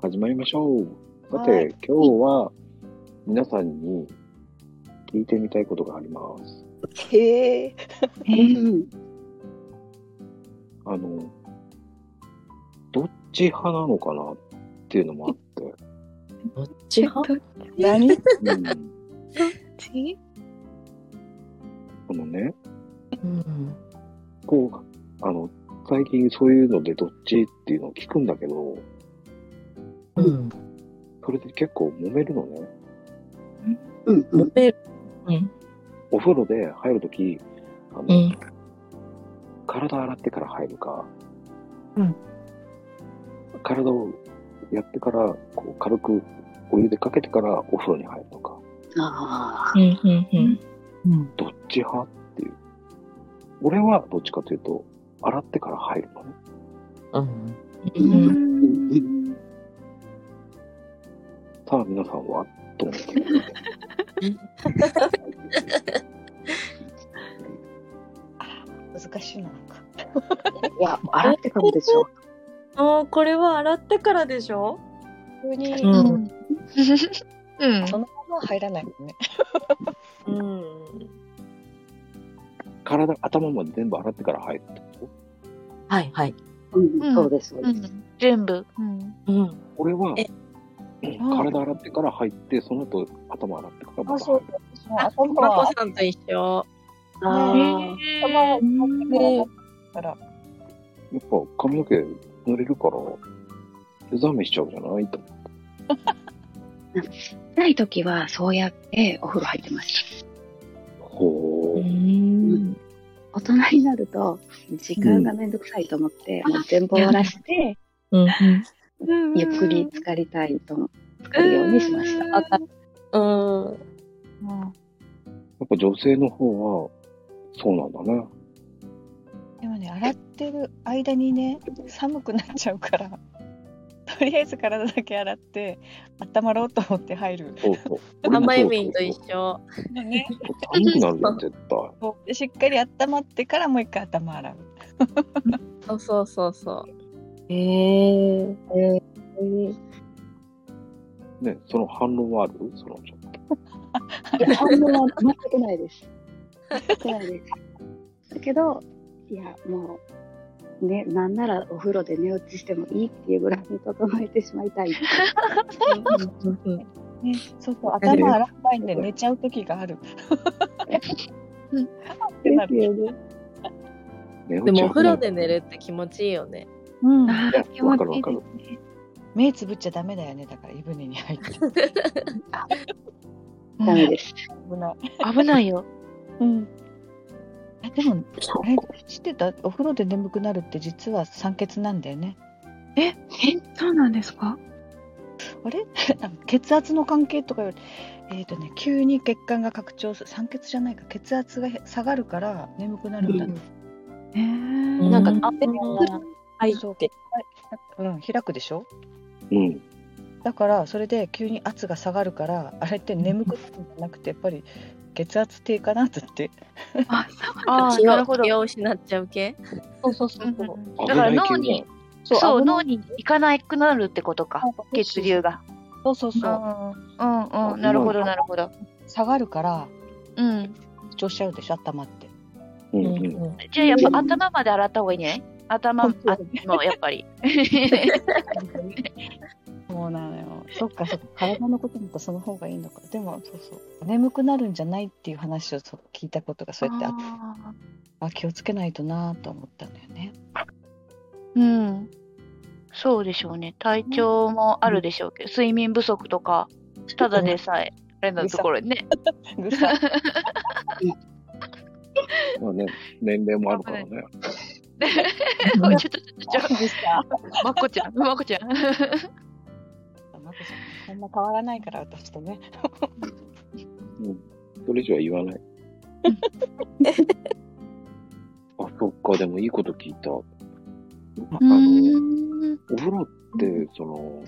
始まりましょう。さはて、今日は皆さんに聞いてみたいことがあります。へえ。えーあの、どっち派なのかなっていうのもあっどっち派どっ何？て、うん、ちこのね、うん。こう、あの、最近そういうのでどっちっていうのを聞くんだけど、うん。それで結構揉めるのね。うんうん。うん。お風呂で入るとき、あうの、ん。体洗ってから入るか、うん体をやってからこう軽くお湯でかけてからお風呂に入るのかあうん。うん。うんどっち派っていう俺はどっちかというと洗ってから入るのねうん。ううんん。うん。さあ皆さんはどう思ってますか難しいななんか。いや洗ってからでしょ。ああ、これは洗ってからでしょ急にううんんうんそのまま入らないもんね。うん。体頭まで全部洗ってから入るってことはいはい。うんそうですそううです。ん全部うんうん。俺はえうん体洗ってから入ってその後頭洗ってからまあたそ入うる。そう頭はさんと一緒。あー頭はねから。やっぱ髪の毛濡れるから目覚めしちゃうじゃないとない時はそうやってお風呂入ってましほうーん。た大人になると時間がめんどくさいと思って、もう全部終わらしてうん。ゆっくり浸かりたいと思う浸かるようにしましたあたうん。うやん。っぱ女性の方は、そうなんだね。でもね洗ってる間にね寒くなっちゃうから。とりあえず体だけ洗って温まろうと思って入る。そうそう。 甘い麺と一緒。緒。ね。寒くなるじゃん、絶対。でしっかり温まってからもう一回頭洗う。そうそうそうそう。へえ。ね、その反論はあるそのちょっと。いや、反応は全くないです。全くないです。だけど、いや、もう、ね、なんならお風呂で寝落ちしてもいいっていうぐらいに整えてしまいたい。ね、そうそう頭洗う前で寝ちゃう時がある。 ってなでする。よね。ででもお風呂で寝るって気持ちいいよね。うん。あああ、気気持持ちちいいいでいですすね。目つぶっちゃダメだよねだから湯船に入 って危ダメです。ない、危ないよ。うん、あでもあれ知ってたお風呂で眠くなるって実は酸欠なんだよねえ、そうなんですかあれ なんか血圧の関係とかよりえっ、とね急に血管が拡張する酸欠じゃないか血圧が下がるから眠くなるんだって、えーなんかうん、あでも入そうって。うん、開くでしょうん。だからそれで急に圧が下がるからあれって眠くなるんじゃなくてやっぱり血圧低下なんだってあ、ああ、気なるをほど。気を失っちゃう系そうそうそうんうん危だからない脳系に、そうそう、危ない脳に行かなくなるってことか。血流が。そうそううそう、んうんうん、なるほど、なるほど。下がるからうん。調子ちゃうでしょ頭って。だ。ううんんうん。うんじゃあ、やっぱ頭まで洗った方がいいんじゃない頭、あの、やっぱり。そうなのよ。そっかそっか体のこともその方がいいのか。でもそうそう眠くなるんじゃないっていう話をそう聞いたことがそうやってあってああ気をつけないとなと思ったんだよね。ーうん。そうでしょうね。体調もあるでしょうけど、睡眠不足とか、ただでさえ、あれのところにね。ぐさ まあね、年齢もあるからね。ちょっ と、ちょっと、ちょっぐさ。と、まこちゃん、まこちゃん。マコちゃんそんな変わらないから私とね。うん。それ以上は言わない。あ、そっか、でもいいこと聞いた。あの、お風呂って、その、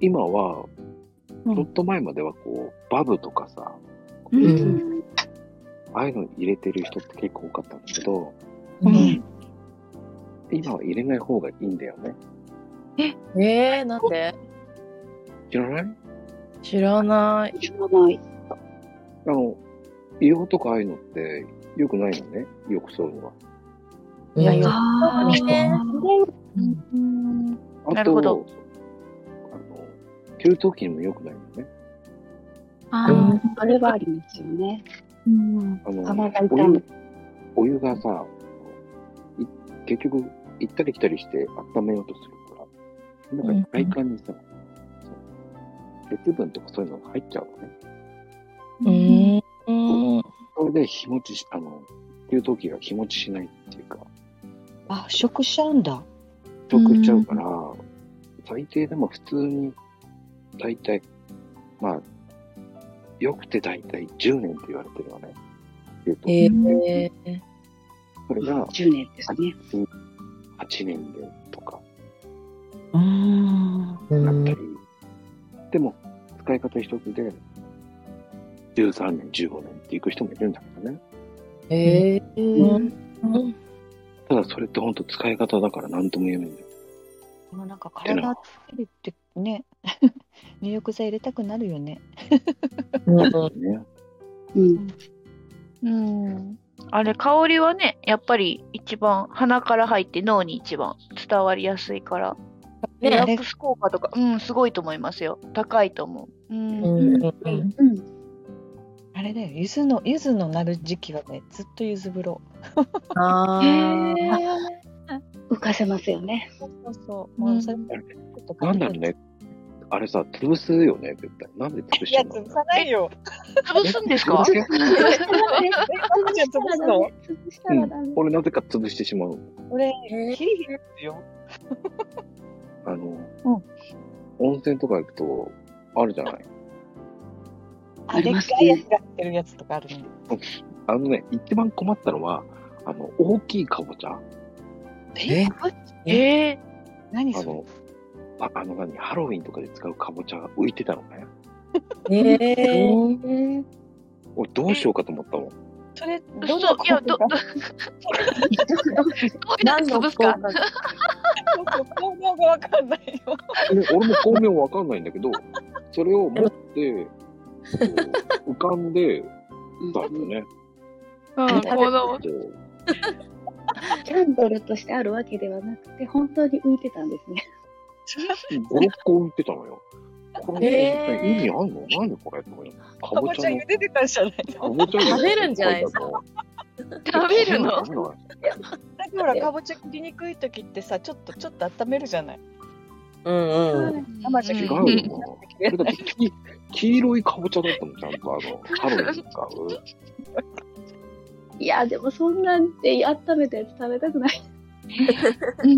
今は、うんちょっと前まではこう、バブとかさ、うんうんうん。ああいうの入れてる人って結構多かったんだけど、うん。今は入れない方がいいんだよね。ええ、なんで知らない知らない。知らない。あの、硫黄とかああいうのって良くないのね、よくそういうのは。いやいや、あーねうんあとなるほどあの、給湯器にも良くないのね。あうーんそれはありますよね。あの釜が痛おむ湯。お湯がさ、い結局、行ったり来たりして温めようとするから、なんか外観にさ、そう鉄分とかそういうのが入っちゃうのね。うん。それで日持ちし、あの、給湯器が日持ちしないっていうか、あ、食しちゃうんだ。得しちゃうから、最低でも普通に、大体、まあ、よくて大体10年って言われてるわね。給湯器ええそれが10年ですね。 8年でとか。うん。うんなったり、でも使い方一つで13年15年っていく人もいるんだけどねええただそれって本当使い方だから何とも言えないんだよでもなんか体温めるってね、 入浴剤入れたくなるよね。うんねうん。うんあれ香りはねやっぱり一番鼻から入って脳に一番伝わりやすいからねリラックス効果とかうんすごいと思いますよ高いと思ううん、うんうん。あれだよ、柚子の、柚子のなる時期はね、ずっと柚子風呂。ああ。浮かせますよね。そうそう。もうそそれれなんだろう。ねあれさ潰すよね絶対なんで潰しいちゃや、うの潰さないよ。潰すんですかえじゃあ潰すの潰しうたんらダメ。俺なぜか潰してしまうの俺、えヒリヒリですよ。あの、うん温泉とか行くとあるじゃないああれりがますやね。つやってるやつとかあるの。あのね一番困ったのはあの大きいかぼちゃええ何あそれのああの何ハロウィンとかで使うかぼちゃが浮いてたのねえええ。ー俺どうしようかと思ったもんそれ、ー、ど嘘んないや効ど果どがうやって何の潰すか効果 そうそう効能がわかんないよ。ね、俺も巧妙わかんないんだけど、それを持って、こう浮かんでうんたんだよね。うんここのキャンドルとしてあるわけではなくて、本当に浮いてたんですね。う5、6個浮いてたのよ。これ、えー意味あんのなんでこれと思いながらかかぼぼちちゃゃの茹。でてたじゃないの。かぼちゃの食べるんじゃないですか食べるの食べないだってほら、かぼちゃ切りにくい時ってさ、ちょっと、ちょっと温めるじゃない。うんうん。生じゃ切り違にうくいよ。それだってき黄色いかぼちゃだったもん、ちゃんとあの、ハロウィンに使う。 いや、でもそんなんで温めたやつ食べたくない。う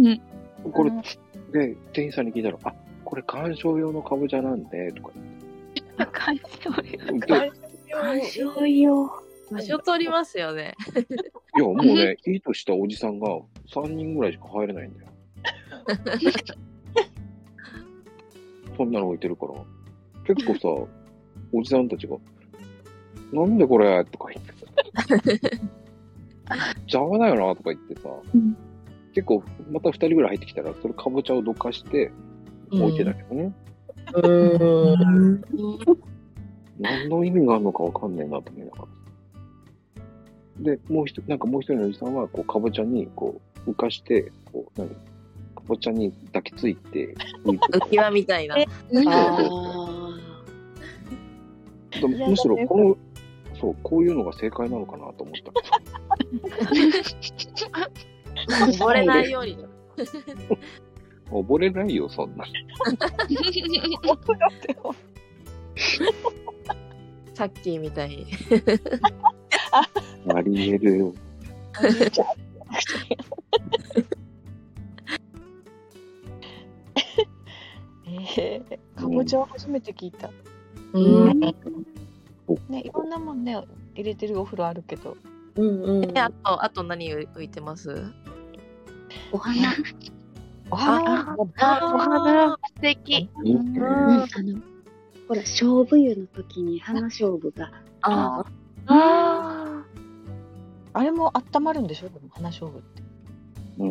んこれ、で、店員さんに聞いたら、あ、これ観賞用のかぼちゃなんで、とか感情よ言 って。観そうよ。場所取りますよね。いや、もうね、いいとしたおじさんが3人ぐらいしか入れないんだよ。そんなの置いてるから。結構さ、 おじさんたちが、なんでこれとか言ってさ、 邪魔だよなとか言ってさ、うん結構また2人ぐらい入ってきたら、それかぼちゃをどかして置いてたけどね、うん。何の意味があるのかわかんねえなと思いながら。で、もう一人、なんかもう一人のおじさんは、こう、かぼちゃに、こう、浮かして、こう、何かぼちゃに抱きつい て、浮いて浮き輪みたいな。あでいやむしろ、この、そう、こういうのが正解なのかなと思った。溺れないように。溺れないよ、 そんな。さっきみたいに。ありえるよ。ええかぼちゃは初めて聞いた。うんね、いろんなもんね、入れてるお風呂あるけど。うんうん。であと、あと何浮いてますお花。あああお花素敵うんうん、あの、ほら、勝負湯の時に花勝負が、あーああれも温まるんでしょ、でも花しょうぶって。うん。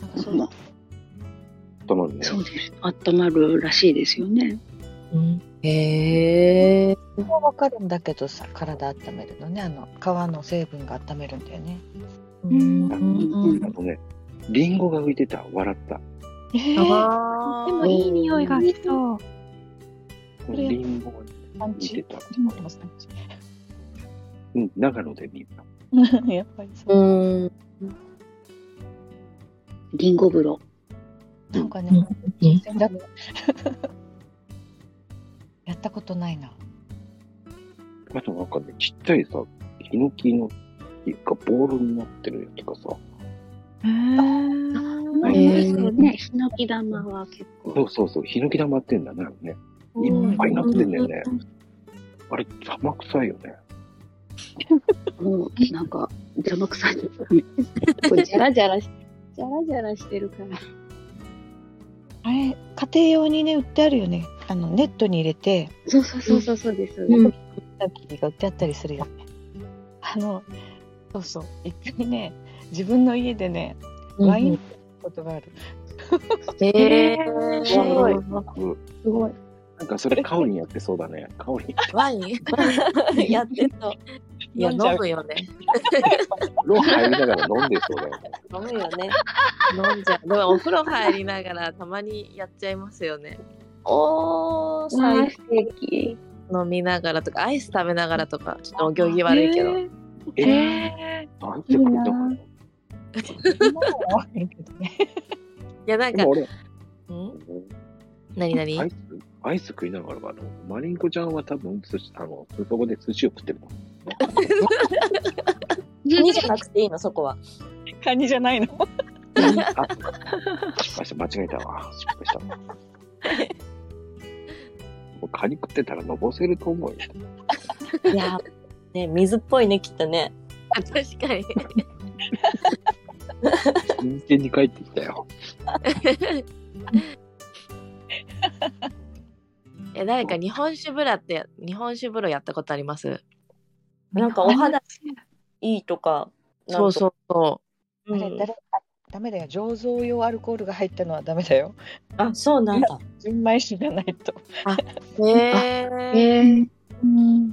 なんかそう。温まるね。そうです。温まるらしいですよね。へえ。それはわかるんだけどさ体温めるのねあの皮の成分が温めるんだよねうん。あのね、リンゴが浮いてた、笑った。ええー、でもいい匂いがしそう。これリンゴがパン浮いてチた。持ってますうん、長野で見た。ねやっぱりそううん。リンゴ風呂。なんかね、うん新鮮 だねやったことないなあとなんかね、ちっちゃいさ、ヒノキの、がボールになってるやつがさ、まあへーですよね。ヒノキ玉は結そ構。うそうそう、ヒノキ玉ってんだね、あれね。うんいっぱいなってんだよね。あれ、邪魔くさいよね。もうなんか邪魔く さいですよね。こうジャラジャラし、ジャラジャラしてるから。あれ家庭用にね売ってあるよねあのネットに入れてそうそうそうそうそうです。うんラッキーが売ってあったりするよねあのそうそう一回ね自分の家でねワインってことがある、へえ。すごいすごい。なんかそれ、カオリンやってそうだね。カオリン。ワイン やってと。いや、飲んじゃう飲むよね。風呂入りながら飲んでそうだよね。飲むよね。飲んじゃう。でもお風呂入りながらたまにやっちゃいますよね。おー、わ最あ素敵。飲みながらとか、アイス食べながらとか、ちょっとお行儀悪いけど。えなんてことだかいら。今はワインだけど ねいや、なんでかも、俺、ん何アイ何ス、アイス食いながらは、あの、マリンコちゃんは多分、寿司、あの、そこで寿司を食ってるもん。気にじゃなくていいの、そこは。カニじゃないのあ、失敗した、間違えたわ。失敗したわ。もうカニ食ってたらのぼせると思うよ。いや、ね、水っぽいね、きっとね。 確かに。真剣に帰ってきたよ。 え、誰か日本酒風呂って、日本酒風呂やったことありますなんかお肌いいとか。なんそうとそうそうんあれ誰あダメだよ醸造用アルコールが入ったのはダメだよあ、そうなんだ。純米酒じゃないとう。へえ。えー、うん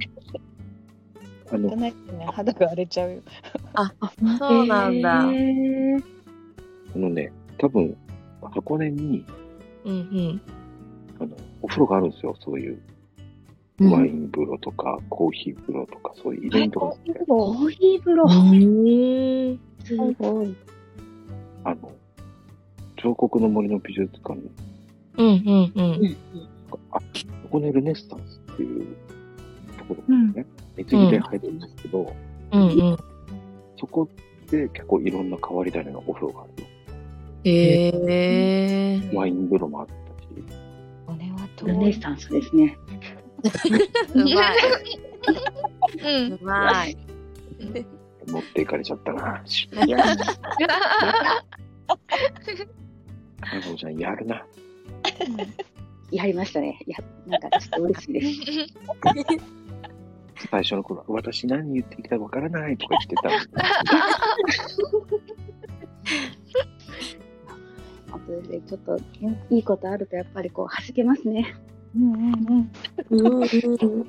あじゃの、ないとね肌が荒れちゃうよそうなんだ。うんえーあのね、多分、箱根に、うん。あの、お風呂があるんですよ。そういう、ワイン風呂とか、コーヒー風呂とか、そういうイベントがあって、コーヒー風呂。うん。すごい。あの、彫刻の森の美術館に、うんうんうん。あ、そこにルネッサンスっていうところがね、水着で入るんですけど、うんうん。そこで結構いろんな変わり種のお風呂があるよ。へえ。ワイン風呂もあったし、これは遠ルネいッサンスですね。うまい。うん。うまい。持っていかれちゃったな。しいや、彼女ちゃんやるな。やりましたね。いや、なんかちょっと嬉しいです。最初の頃は、私何言ってきたかわからないとか言ってた。本当ですね。ちょっと、いいことあるとやっぱりこう、弾けますね。うんうんうんうんうん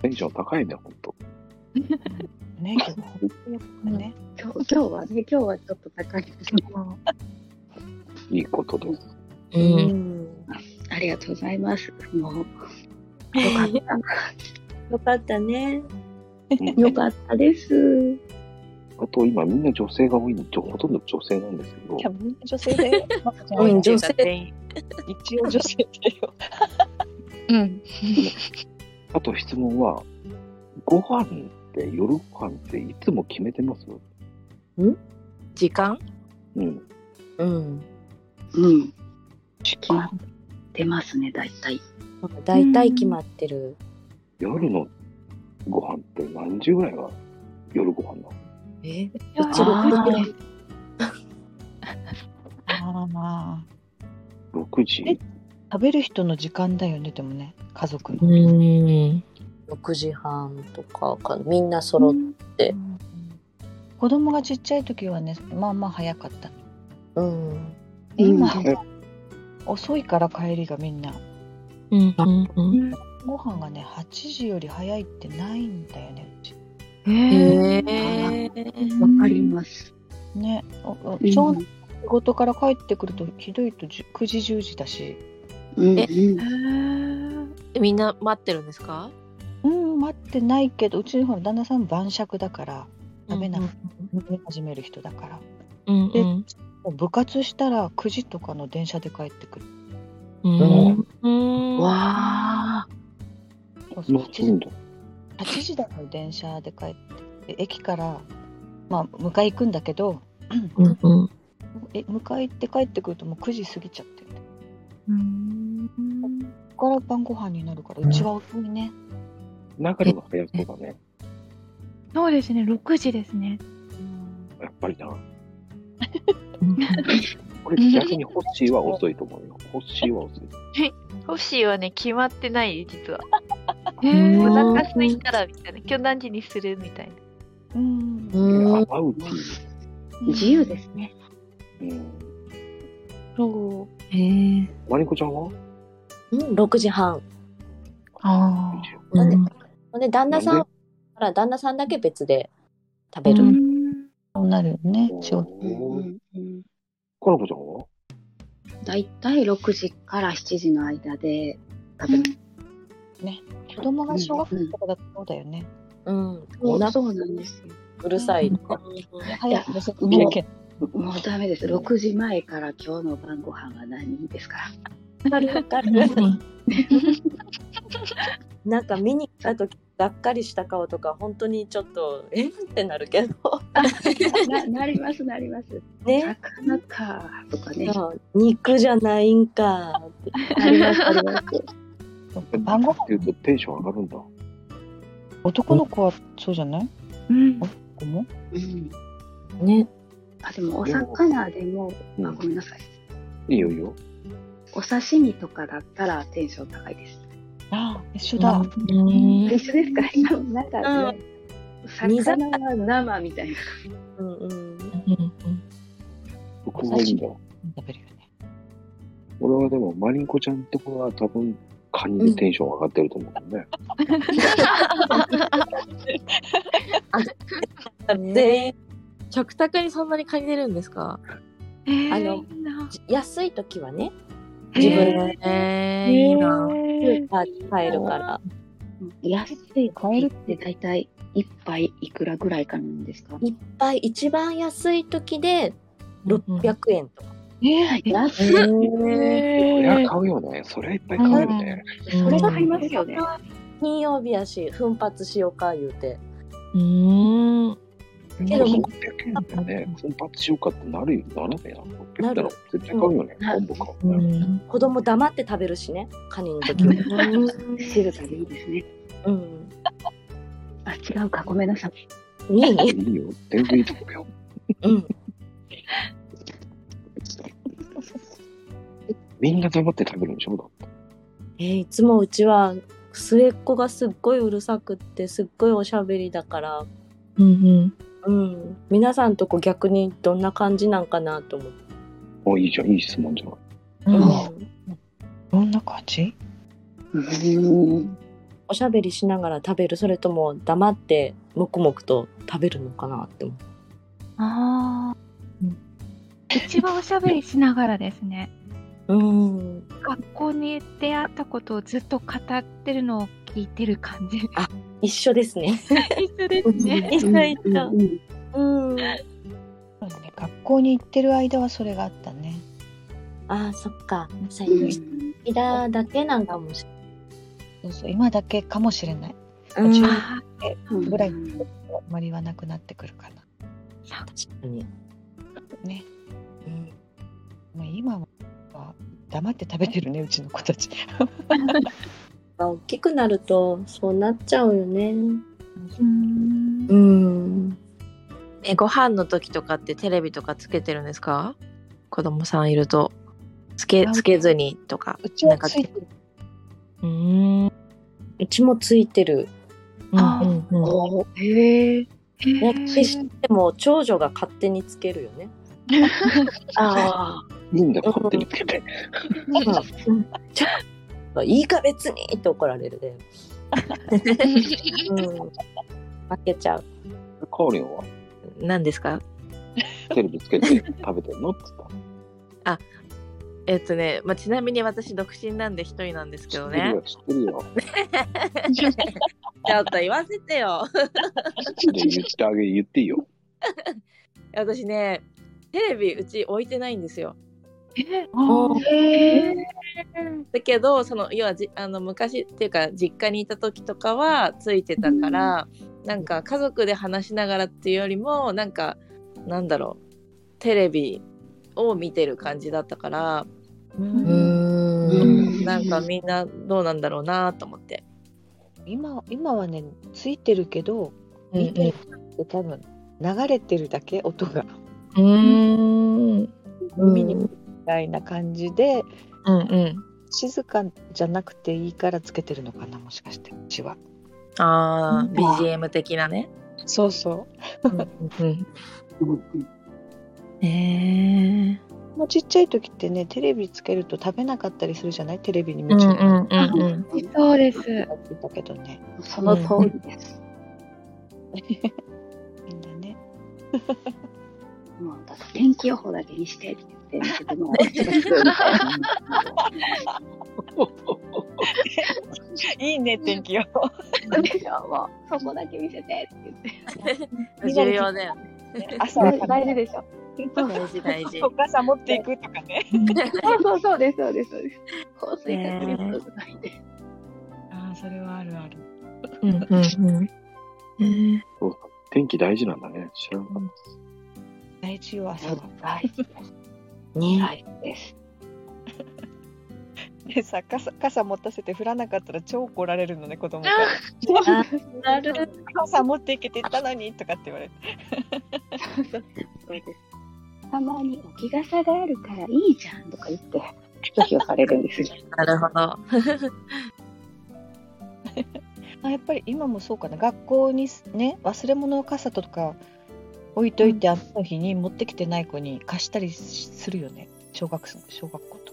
テンション高いね、ほんと。ね今日本当によかったね今日今日はね、今日はちょっと高いですね。いいことです。うん。ありがとうございます。もう、よよかった。よかったね。た。よかったです。あと今みんな女性が多いんで、ちょほとんど女性なんですけどい、やみんな女性 だよ。まこちゃんうはん女性一応女性だよ。うん。あと質問は、ご飯って、夜ご飯っていつも決めてます時間うん。うん。うん。決まってますね、大体。だいたい決まってる。夜のご飯って何時ぐらいが夜ご飯なのえうちあ6ーああまあ ?6 時え食べる人の時間だよねでもね家族の。うん。 6時半とかかなみんな揃って。うんうん子供がちっちゃい時はねまあまあ早かった。うん。今うんえ遅いから帰りがみんなうんうんうん。ご飯がね8時より早いってないんだよねうちへえ。わかります。ねおおうん長男仕事から帰ってくるとひどいとじゅ9時10時だしうん、えうんみんな待ってるんですか？うん待ってないけどうちのほら旦那さん晩酌だから食べなくて飲み始める人だから、うんでうんもう部活したら9時とかの電車で帰ってくるうん。うん。わあ。そうそう乗っ8て時んだ。 8時台の電車で帰って駅から、まあ、迎え行くんだけどうんうん。え迎え行って帰ってくるともう9時過ぎちゃってるここから晩ご飯になるからうちは遅いね、流れが早そうだね。そうですね、6時ですね。やっぱり な。これ逆にホッシーは遅いと思うよ。ホッシーは遅い。ホッシーはね、決まってない、実は。へうおん腹空いたら、みたいな。今日何時にするみたいな。うんうんアバウティ自由ですね。ー。うん。そへえ。マリコちゃんはうん、6時半。あなんでうんで、旦那さんなんはで、あら旦那さんだけ別で食べうる。んそうなるよねお仕事うーんうんコラボちゃんはだいたい6時から7時の間で食べる。子供が小学生とかだとそうだよね、うん。そおう腹そうなんですよ。うるさい。早く乗せていやけもうダメです。6時前から今日の晩ご飯は何ですから。 わかるわかる。 なんか見に来た時がっかりした顔とか本当にちょっとえってなるけどななりますなります。なねかなかとかね。そう肉じゃないんかってなりますあります。 晩ご飯っていうとテンション上がるんだ。男の子はそうじゃないうん男の子もうん。ねあでもお魚でもうあんご。めんなさい。いいよいいよ。お刺身とかだったらテンション高いです。ああ一緒だ、うん一緒ですか今なんか、ね、煮魚は生みたいな。うんうん僕もいいんだ。食べるよね俺はでもマリンコちゃんとこは多分カニでテンション上がってると思うけどね。全員食卓にそんなに借りれるんですか？えーあのいいな安い時はねへー自分でえー、いいな。スーパーに買えるから安いカエルって大体一杯いくらぐらいかなんですかいっぱい一番安い時で600円とか、はい安い。そり へゃー買うよね。それはいっぱい買うよね。それ買いますよね。金曜日やし奮発しようか言うてうん。けでども600円だよね。奮発しようかってなるよ。ならねえな。600円だろ。絶対買うよね。なる本部買ううよね。ん。子供黙って食べるしねカニの時は、汁がいいですね。うん、あ違うかごめんなさい。いいねいいよ。全然いいと思うよ。うんみんな黙って食べるんでしょだってえーいつもうちは末っ子がすっごいうるさくってすっごいおしゃべりだから、うん。うん、皆さんとこ逆にどんな感じなんかなと思って、あ、いいじゃん。いい質問じゃない。うんどんな感じうん。おしゃべりしながら食べるそれとも黙って黙々と食べるのかなって思あーうちはおしゃべりしながらですね。う。うん学校に出会ったことをずっと語ってるのを聞いてる感じ。一緒ですね。一緒ですね。一緒一緒。うそん。うだね学校に行ってる間はそれがあったね あーそっか。最近ひだだけなんかもしそうそう今だけかもしれないれない。うん確あぐらいあまりはなくなってくるかなかに。ねうんまあ今は黙って食べてるねうちの子たち大きくなるとそうなっちゃうよね。ーうんうん。え、ご飯の時とかってテレビとかつけてるんですか？子供さんいるとつけつけずにとか。うちはついてるうん。うんうちもついてる。うんうん。おへえ。ね、決しても長女が勝手につけるよね。ああ。いいんだ、勝手にってて。なんか、うんちょいいか別にって怒られるで。うん、負けちゃう。カオリンは何ですかテレビつけて食べてんのって言ったえっとね、まあ、ちなみに私独身なんで一人なんですけどの。知ってるねよ、知ってるよ。ちょっと言わせてよちょっと言ってあげ、言っていいよ。私ねテレビうち置いてないんですよえだけどその要はじあの昔っていうか実家にいた時とかはついてたから、なんか家族で話しながらっていうよりもなんかなんだろうテレビを見てる感じだったから、うん。なんかみんなどうなんだろうなと思って。今今はねついてるけど見てるって多分流れてるだけ音がうんうん耳にみたいな感じでうん静かじゃなくていいからつけてるのかなもしかしてうちはああ BGM 的なね。そうそうんうんうんえーうもうちっちゃい時ってねテレビつけると食べなかったりするじゃないテレビにう夢中んうんになっうんうんそうです。てたけどね、その通りです。みんなねもうだって天気予報だけにしてって言って、でも私がするみたいな。いいね天気よでしょもうそこだけ見せてって言って。重要だよね朝は大大事でしょ。大事大事お母さん持っていくとかねそうそうそうです、そうです、そうです。香水かクリップぐらいで。ああそれはあるあるうんうんうん天気大事なんだね。知らなかっ大事よ朝は大事です。ね大事です。でさ傘傘持たせて振らなかったら超怒られるのね子供からなる傘持っていけて言ったのにとかって言われてそうです。たまに置き傘があるからいいじゃんとか言って、拒否をされるんですよ。なるほどあやっぱり今もそうかな学校にすね忘れ物の傘とか置いといて、あの日に持ってきてない子に貸したりしするよね小学生小学校とか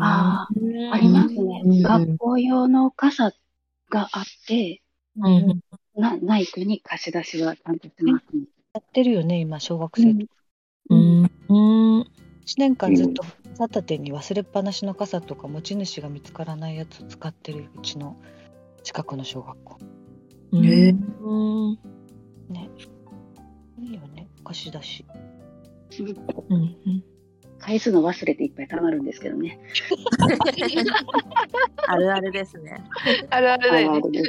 ああ、ありますね。学校用の傘があって、うんなない子に貸し出しはちゃんとしてますね。やってるよね今小学生と、うんうん1年間ずっと傘立てに忘れっぱなしの傘とか持ち主が見つからないやつを使ってるうちの近くの小学校えいいよね貸し出し返すの忘れていっぱい溜まるんですけどね。あるあるですねあるあるだよね。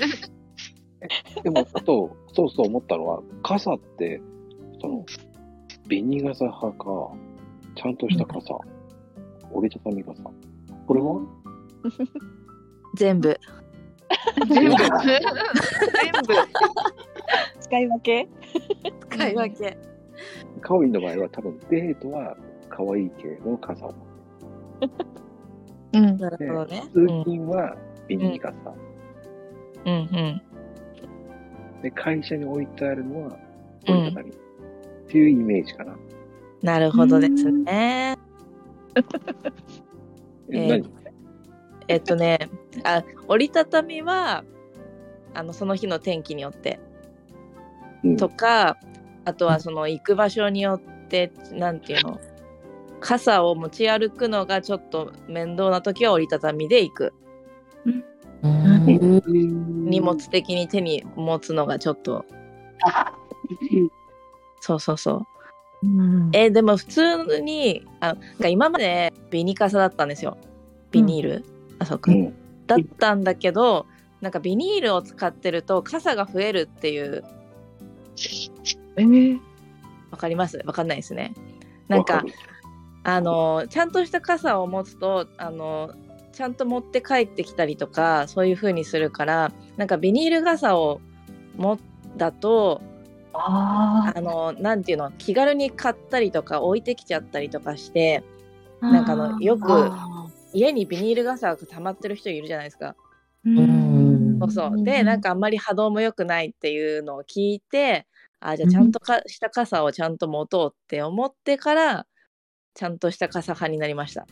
た。でも、あと、そうそう思ったのは、傘って、その、ビニ傘派か、ちゃんとした傘、折りたたみ傘。これは全部全部。使い分け使い分けカオリンの場合は多分デートは可愛い系の傘をうん。なるほどね通勤はビニ傘、うんで会社に置いてあるのは折りたたみ、っていうイメージかな。なるほどですねええー何えっとねあ折りたたみはあのその日の天気によってうんとかあとはその行く場所によってなんていうの傘を持ち歩くのがちょっと面倒な時は折りたたみで行く荷物的に手に持つのがちょっとそうそうそうえーでも普通にあなんか今までビニ傘だったんですよビニール、あそうか、うんだったんだけどなんかビニールを使ってると傘が増えるっていうえー、わかりますわかんないですねなんかわるあのちゃんとした傘を持つとあのちゃんと持って帰ってきたりとかそういう風にするからなんかビニール傘を持だとああのなんていうの気軽に買ったりとか置いてきちゃったりとかしてなんかあのよく家にビニール傘が溜まってる人いるじゃないですか。そうそうでなんかあんまり波動も良くないっていうのを聞いてあじゃあちゃんとかした傘をちゃんと持とうって思ってからちゃんとした傘派になりました。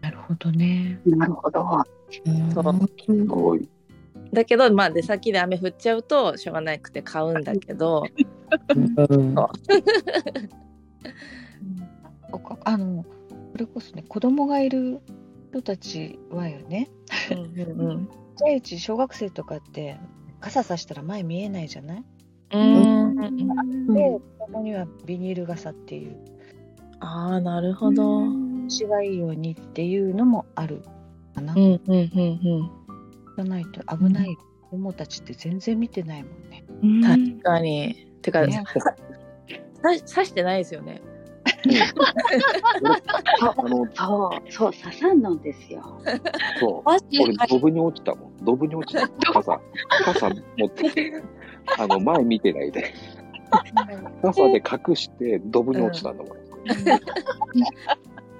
なるほどね。なるほど。そうすごい。だけどまあ出先で雨降っちゃうとしょうがなくて買うんだけど、おかあのそれこそね子供がいる人たちはよね うんうんちっちゃいうち小学生とかって傘さしたら前見えないじゃない、うん、で子供にはビニール傘っていうああなるほど。うん虫がいいようにっていうのもあるかな、うんうんうんじゃないと危ない子供たちって全然見てないもんね。確かに。てか、ねさ刺してないですよね。 あの、そう、そう、刺さんのんですよ。そう。マジ俺、ドブに落ちたもん。ドブに落ちたもん。傘、傘持ってきて、あの、前見てないで。傘で隠して、ドブに落ちたんだもん。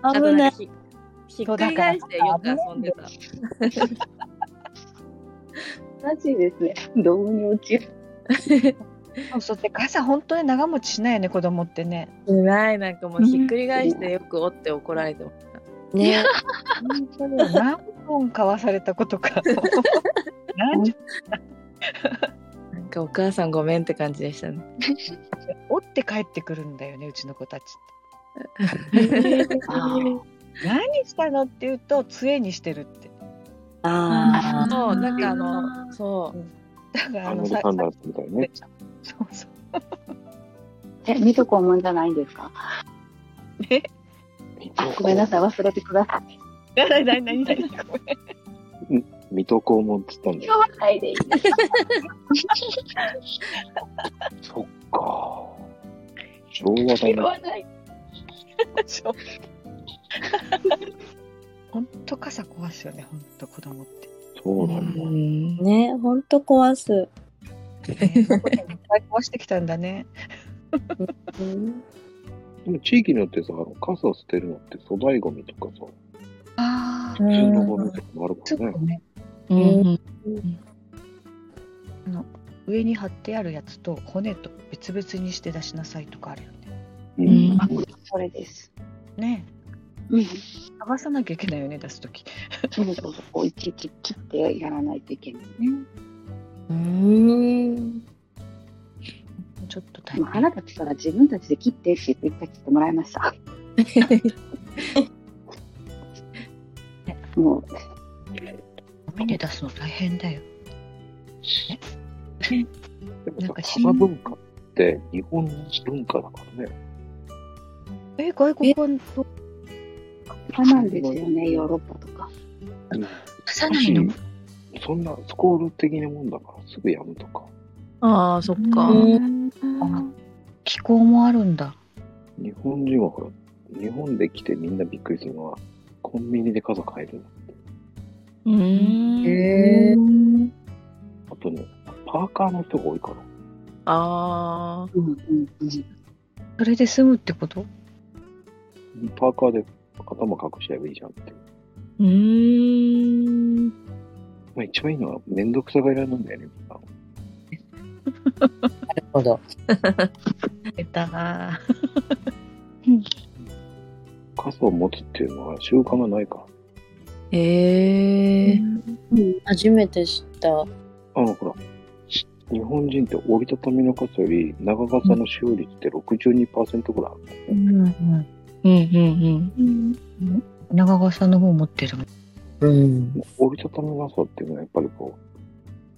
あと危ななんいかひひっくり返してよく遊んで た。マジですね。 どうに落ちる。そうそうで傘本当に長持ちしないよね子供ってね。しないなんかもうひっくり返してよく折って怒られても。ね本当に何本買わされたこと か。何十なんかお母さんごめんって感じでしたね。本折って帰ってくるんだよねうちの子たちあって。何したのって言うと杖にしてるって。ああそうなんかあ のそうだからアあメのリさカンダースみたいなね。そうそう。え、見とこもんじゃないんですか。えごめんなさい、忘れてください。何何何何 ごめん。水戸黄門っつったんだよ。今日はないでいい。そっか。昭和だ今日ね。はない。そう本当傘壊すよね本当子供って。そうなんだ。んねほんと壊ね、す、そういうこといっぱい壊してきたんだね。うん、でも地域によってさ、あの傘を捨てるのって粗大ゴミとかさ、ああ、普通のゴミとかもあるかちょっらねと。ね、うん上に貼ってあるやつと骨と別々にして出しなさいとかあるよね。うんん。それです。ねうん。え探さなきゃいけないよね、出すとき。そうそうそう。いちいち切ってやらないといけない。うんちょっと大でも変。腹立つから自分たちで切ってって言って一回切ってもらいました。もう、ゴミに出すの大変だよ。でもなさんか、し傘文化って日本の文化だからね。え、外国はどうそうなんですよね、ヨーロッパとか。出さないのだしそんなスコール的なもんだからすぐやむとか。 ああそっか。気候もあるんだ。日本人はほら、日本で来てみんなびっくりするのは、コンビニで傘買えるの。うんへえ。あとね、パーカーの人が多いから。あうんうんうん。それで済むってことパーカーで頭隠しちゃえばいいじゃんって。ーうんまあ一番いいのはめんどくさがいらなんだよね、みんな。なるほど。出た。傘を持つっていうのは習慣がないから。へえ初めて知ったあの、ほら、日本人って折りたたみの傘より長傘の使用率って62%ぐらいある。うんうん。うんうん長傘の方持ってるもん。うん。折りたたみの傘っていうのはやっぱりこ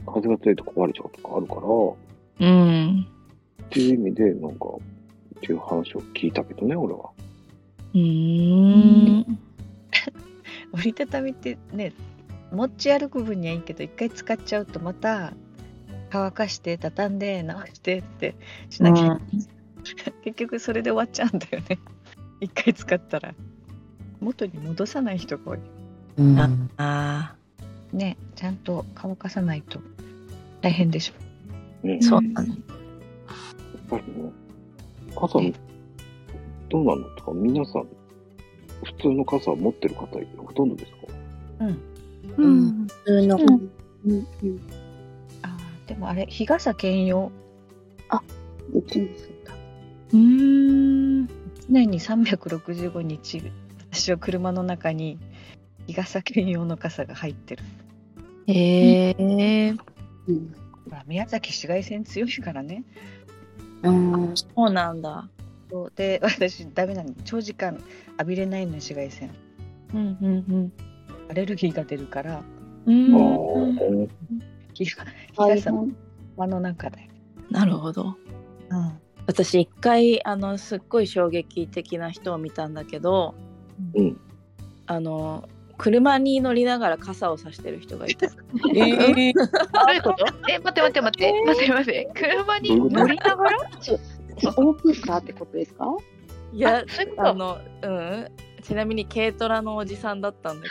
う、風が強いと壊れちゃうとかあるから、うんうんっていう意味で、なんか、っていう話を聞いたけどね、俺は。うん折りたたみってね持ち歩く分にはいいけど一回使っちゃうとまた乾かして畳んで直してってしなきゃいけない、 結局それで終わっちゃうんだよね一回使ったら元に戻さない人が多いうん。あねちゃんと乾かさないと大変でしょね、やあそっうなのぱりね、傘、どうなのとか、皆さん、普通の傘持ってる方、ほとんどですかう普ん。通のうんうんうん。あーでもあれ日傘兼用うちもそうだ。うんう年に365日私は車の中に日傘兼用の傘が入ってるへえ。うんほら宮崎紫外線強いからねうん。そうなんだ。そうで私ダメなの長時間浴びれないの紫外線うんうんアレルギーが出るからうん。うん。ー日が日大傘変の輪の中で、なるほど。うん、私一回あのすっごい衝撃的な人を見たんだけど、うんあの車に乗りながら傘を差してる人がいた。ええ。どういうことえ、待って待って待って、待って待って。車に乗りなが らオープンカーってことですかいやあそういうことあのうん。ちなみに軽トラのおじさんだったんだ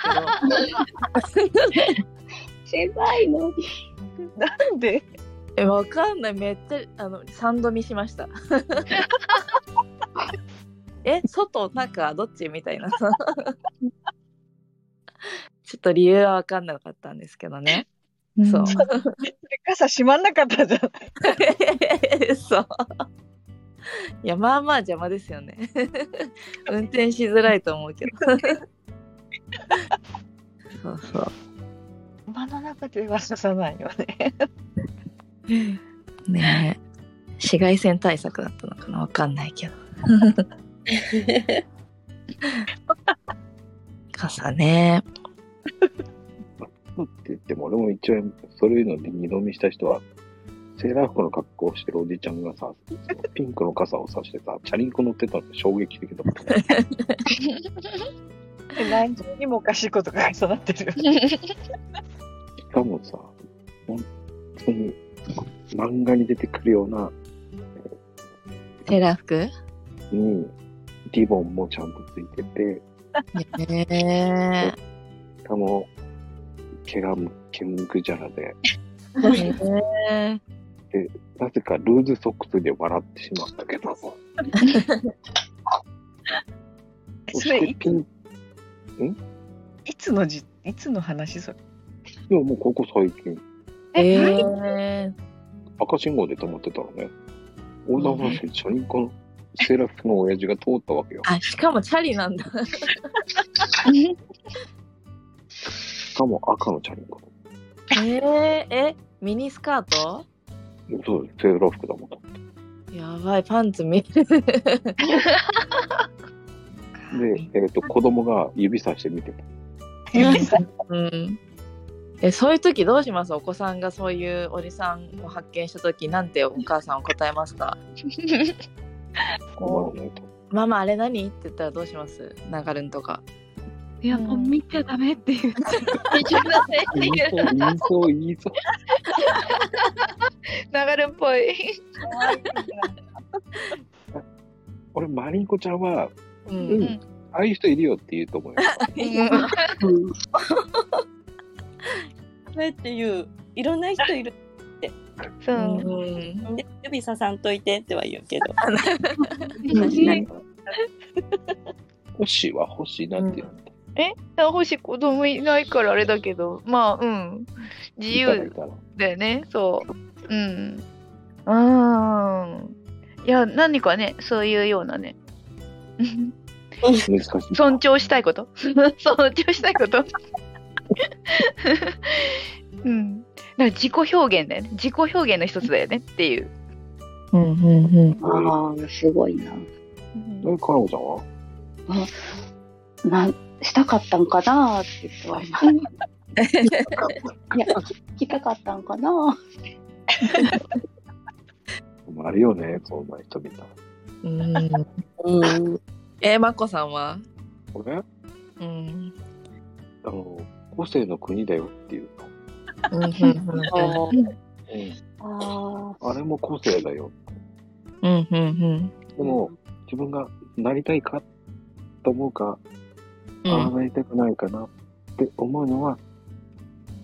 け ど狭いのに。なんでえわかんないめっちゃあの三度見しました え外中どっちみたいな ちょっと理由はわかんなかったんですけどねそう 傘閉まんなかったじゃんそう。いや、まあまあ邪魔ですよね。運転しづらいと思うけど。 そうそう。輪の中では刺さないよねねえ。紫外線対策だったのかなわかんないけど。傘ね。まあって言っても、俺も一応、そういうので二度見した人は、セーラー服の格好をしてるおじちゃんがさ、そのピンクの傘を差してさ、チャリンコ乗ってたのって衝撃的だった。何重にもおかしいことが重なってるよねしかもさ、本当に漫画に出てくるような、テラ服に、リボンもちゃんとついてて、へえ。しかも、毛がむ、毛むくじゃらで、ねなぜかルーズソックスで笑ってしまったけど、そそしれていピン、いつのじいつの話それいやもうここ最近、え。え赤信号で止まってたらね、横断歩道でチャリンコのセーラー服の親父が通ったわけよ。あ、しかもチャリなんだ。しかも赤のチャリンコ。えー、え、ミニスカートそうです、セーラー服だもん。やばい、パンツ見える。で、えっ、と、子供が指さして見てた。うん、えそういう時どうしますお子さんがそういうおじさんを発見した時なんてお母さん答えますか困らないと。ママあれ何って言ったらどうします流るんとかいや、もう見ちゃダメってい言う。いそう、言いそう、言いそう。流れっぽい。俺、マリンコちゃんは、うう、んん、ああいう人いるよって言うと 思うよ。うんれっていういろんな人いるそうう。ん、で指ささんといてっては言うけど私ね星は星なんて言うんだ。星子供いないからあれだけど、まあうん。自由いたらいだよね、そう。うん。うーん。いや、何かね、そういうようなね。 うんたら難しい。尊重したいこと。 尊重したいこと。 うん。だから自己表現だよね。自己表現の一つだよねっていう。 うんうんうんああ、すごいな。え、かなこちゃん はなんしたかったんかなって言ってはいます。いや、聞きたかったんかな。でもあるよね、そんな人見たら。うんうんえまこさんは俺、あうんの、個性の国だよっていうの。うんああれも個性だよ。うんうんでも、自分がなりたいかと思うか、うああ、んなりたくないかなって思うのは、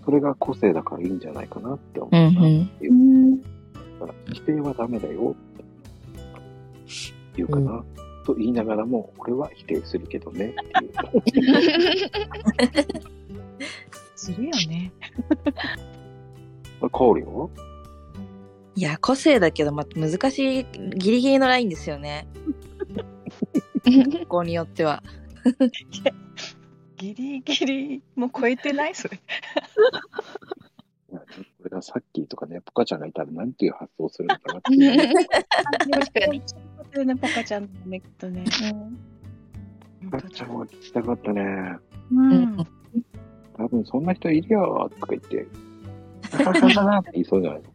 それが個性だからいいんじゃないかなって思ううな。んだから否定はダメだよっていうかな、と言いながらも俺は否定するけどね っていうするよねこれ香りをいや個性だけど、ま、難しいギリギリのラインですよね学校によっては。ギリギリ、もう超えてないそれ。これがさっきとかね、ポカちゃんがいたらなんていう発想するのかなっていうね。確かに。ね、ポカちゃんのね、きっとね。ポカちゃんは聞きたかったね。うん。多分そんな人いるよとか言って、 カカだなって言いそうじゃないの。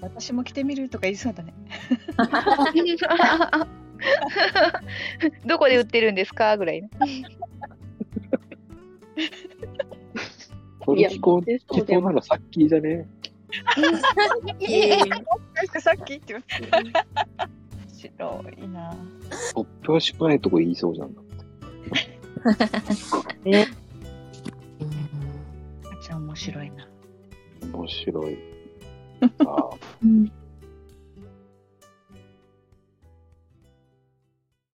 私も着てみるとか言いそうだね。 どこで売ってるんですかぐらいね。それ聞こう、聞そうならさっきじゃね。さっきって言われた白いな。突拍子もないとこ言いそうじゃ ん。ね。ちゃん面白いな。 面白い。うん